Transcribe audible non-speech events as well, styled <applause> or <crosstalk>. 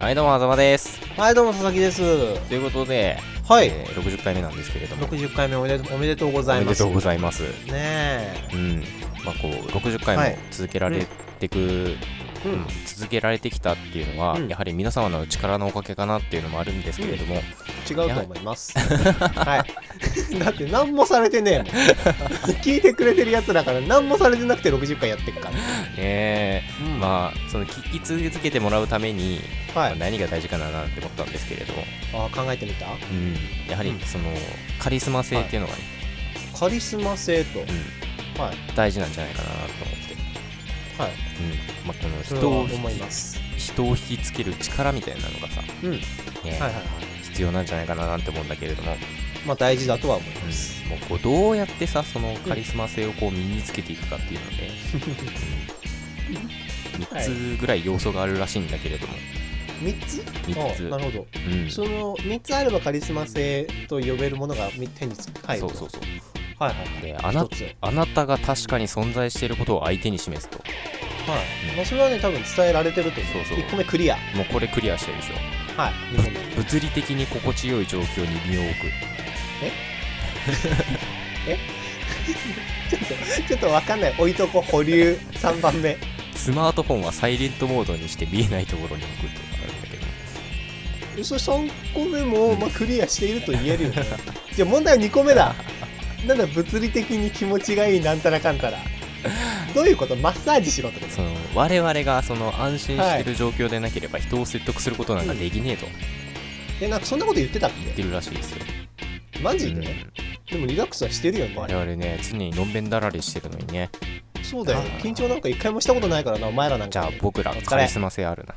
はい、どうも、あざまです。はい、どうも、佐々木です。ということで、はい。えー60回目なんですけれども、 60回目おめでとうおめでとうごおざいめま。ですとうございます。ねうん。まあ、こう、60は回いも続けられてく、え。ううんん。続けられてきたっていうのは、うんやはり皆様の力のおかげかなっていうのもあるんですけれども、違うと思います。はい。 <laughs> だって何もされてねえもん。聞いてくれてるやつだから何もされてなくて60回やってっから。えーうんまあ、あ、その、聞き続けてもらうために、はまあい。何が大事かななんて思ったんですけれども、あ考えてみたうん。やはりうん、その、カリスマ性っていうのがね、カリスマ性と。はい。うん、大事なんじゃないかなと思って。はい。うん。まあ、このそれは人を引思いきます。人を引きつける力みたいなのがさ、うん。はいねはいはい。必要なんじゃないかななんて思うんだけれども、まあ大事だとは思います。もうこうどうやってさそのカリスマ性をこう身につけていくかっていうので、うんはい3つぐらい要素があるらしいんだけれども、 3つ三つあなるほど。うんその3つあればカリスマ性と呼べるものが手につく。はい。そうそうそうはいはいはい。であな一つあなたが確かに存在していることを相手に示すとはい、まあ、それはね多分伝えられてると思うそうそう1個目クリアはもうこれクリアしてるでしょい2個目物理的に心地よい状況に身を置くちょっとちょっと分かんない置いとこ保留3 <laughs> 番目スマートフォンはサイレントモードにして見えないところに置くとかあるんだけどそ3個目も、まあ、クリアしていると言えるよ <laughs> ねじゃあ問題は2個目だなんだ物理的に気持ちがいいなんたらかんたらどういうことマッサージしろってことその我々がその安心してる状況でなければ人を説得することなんかできねえとえなんかそんなこと言ってたっ言ってるらしいですよ、けマジうで、んでもリラックスはしてるよ我ね々ね常にのんべんだられしてるのにねそうだよあー緊張なんか一回もしたことないからなお前らなんじかゃあ僕らお疲れカリスマ性あるな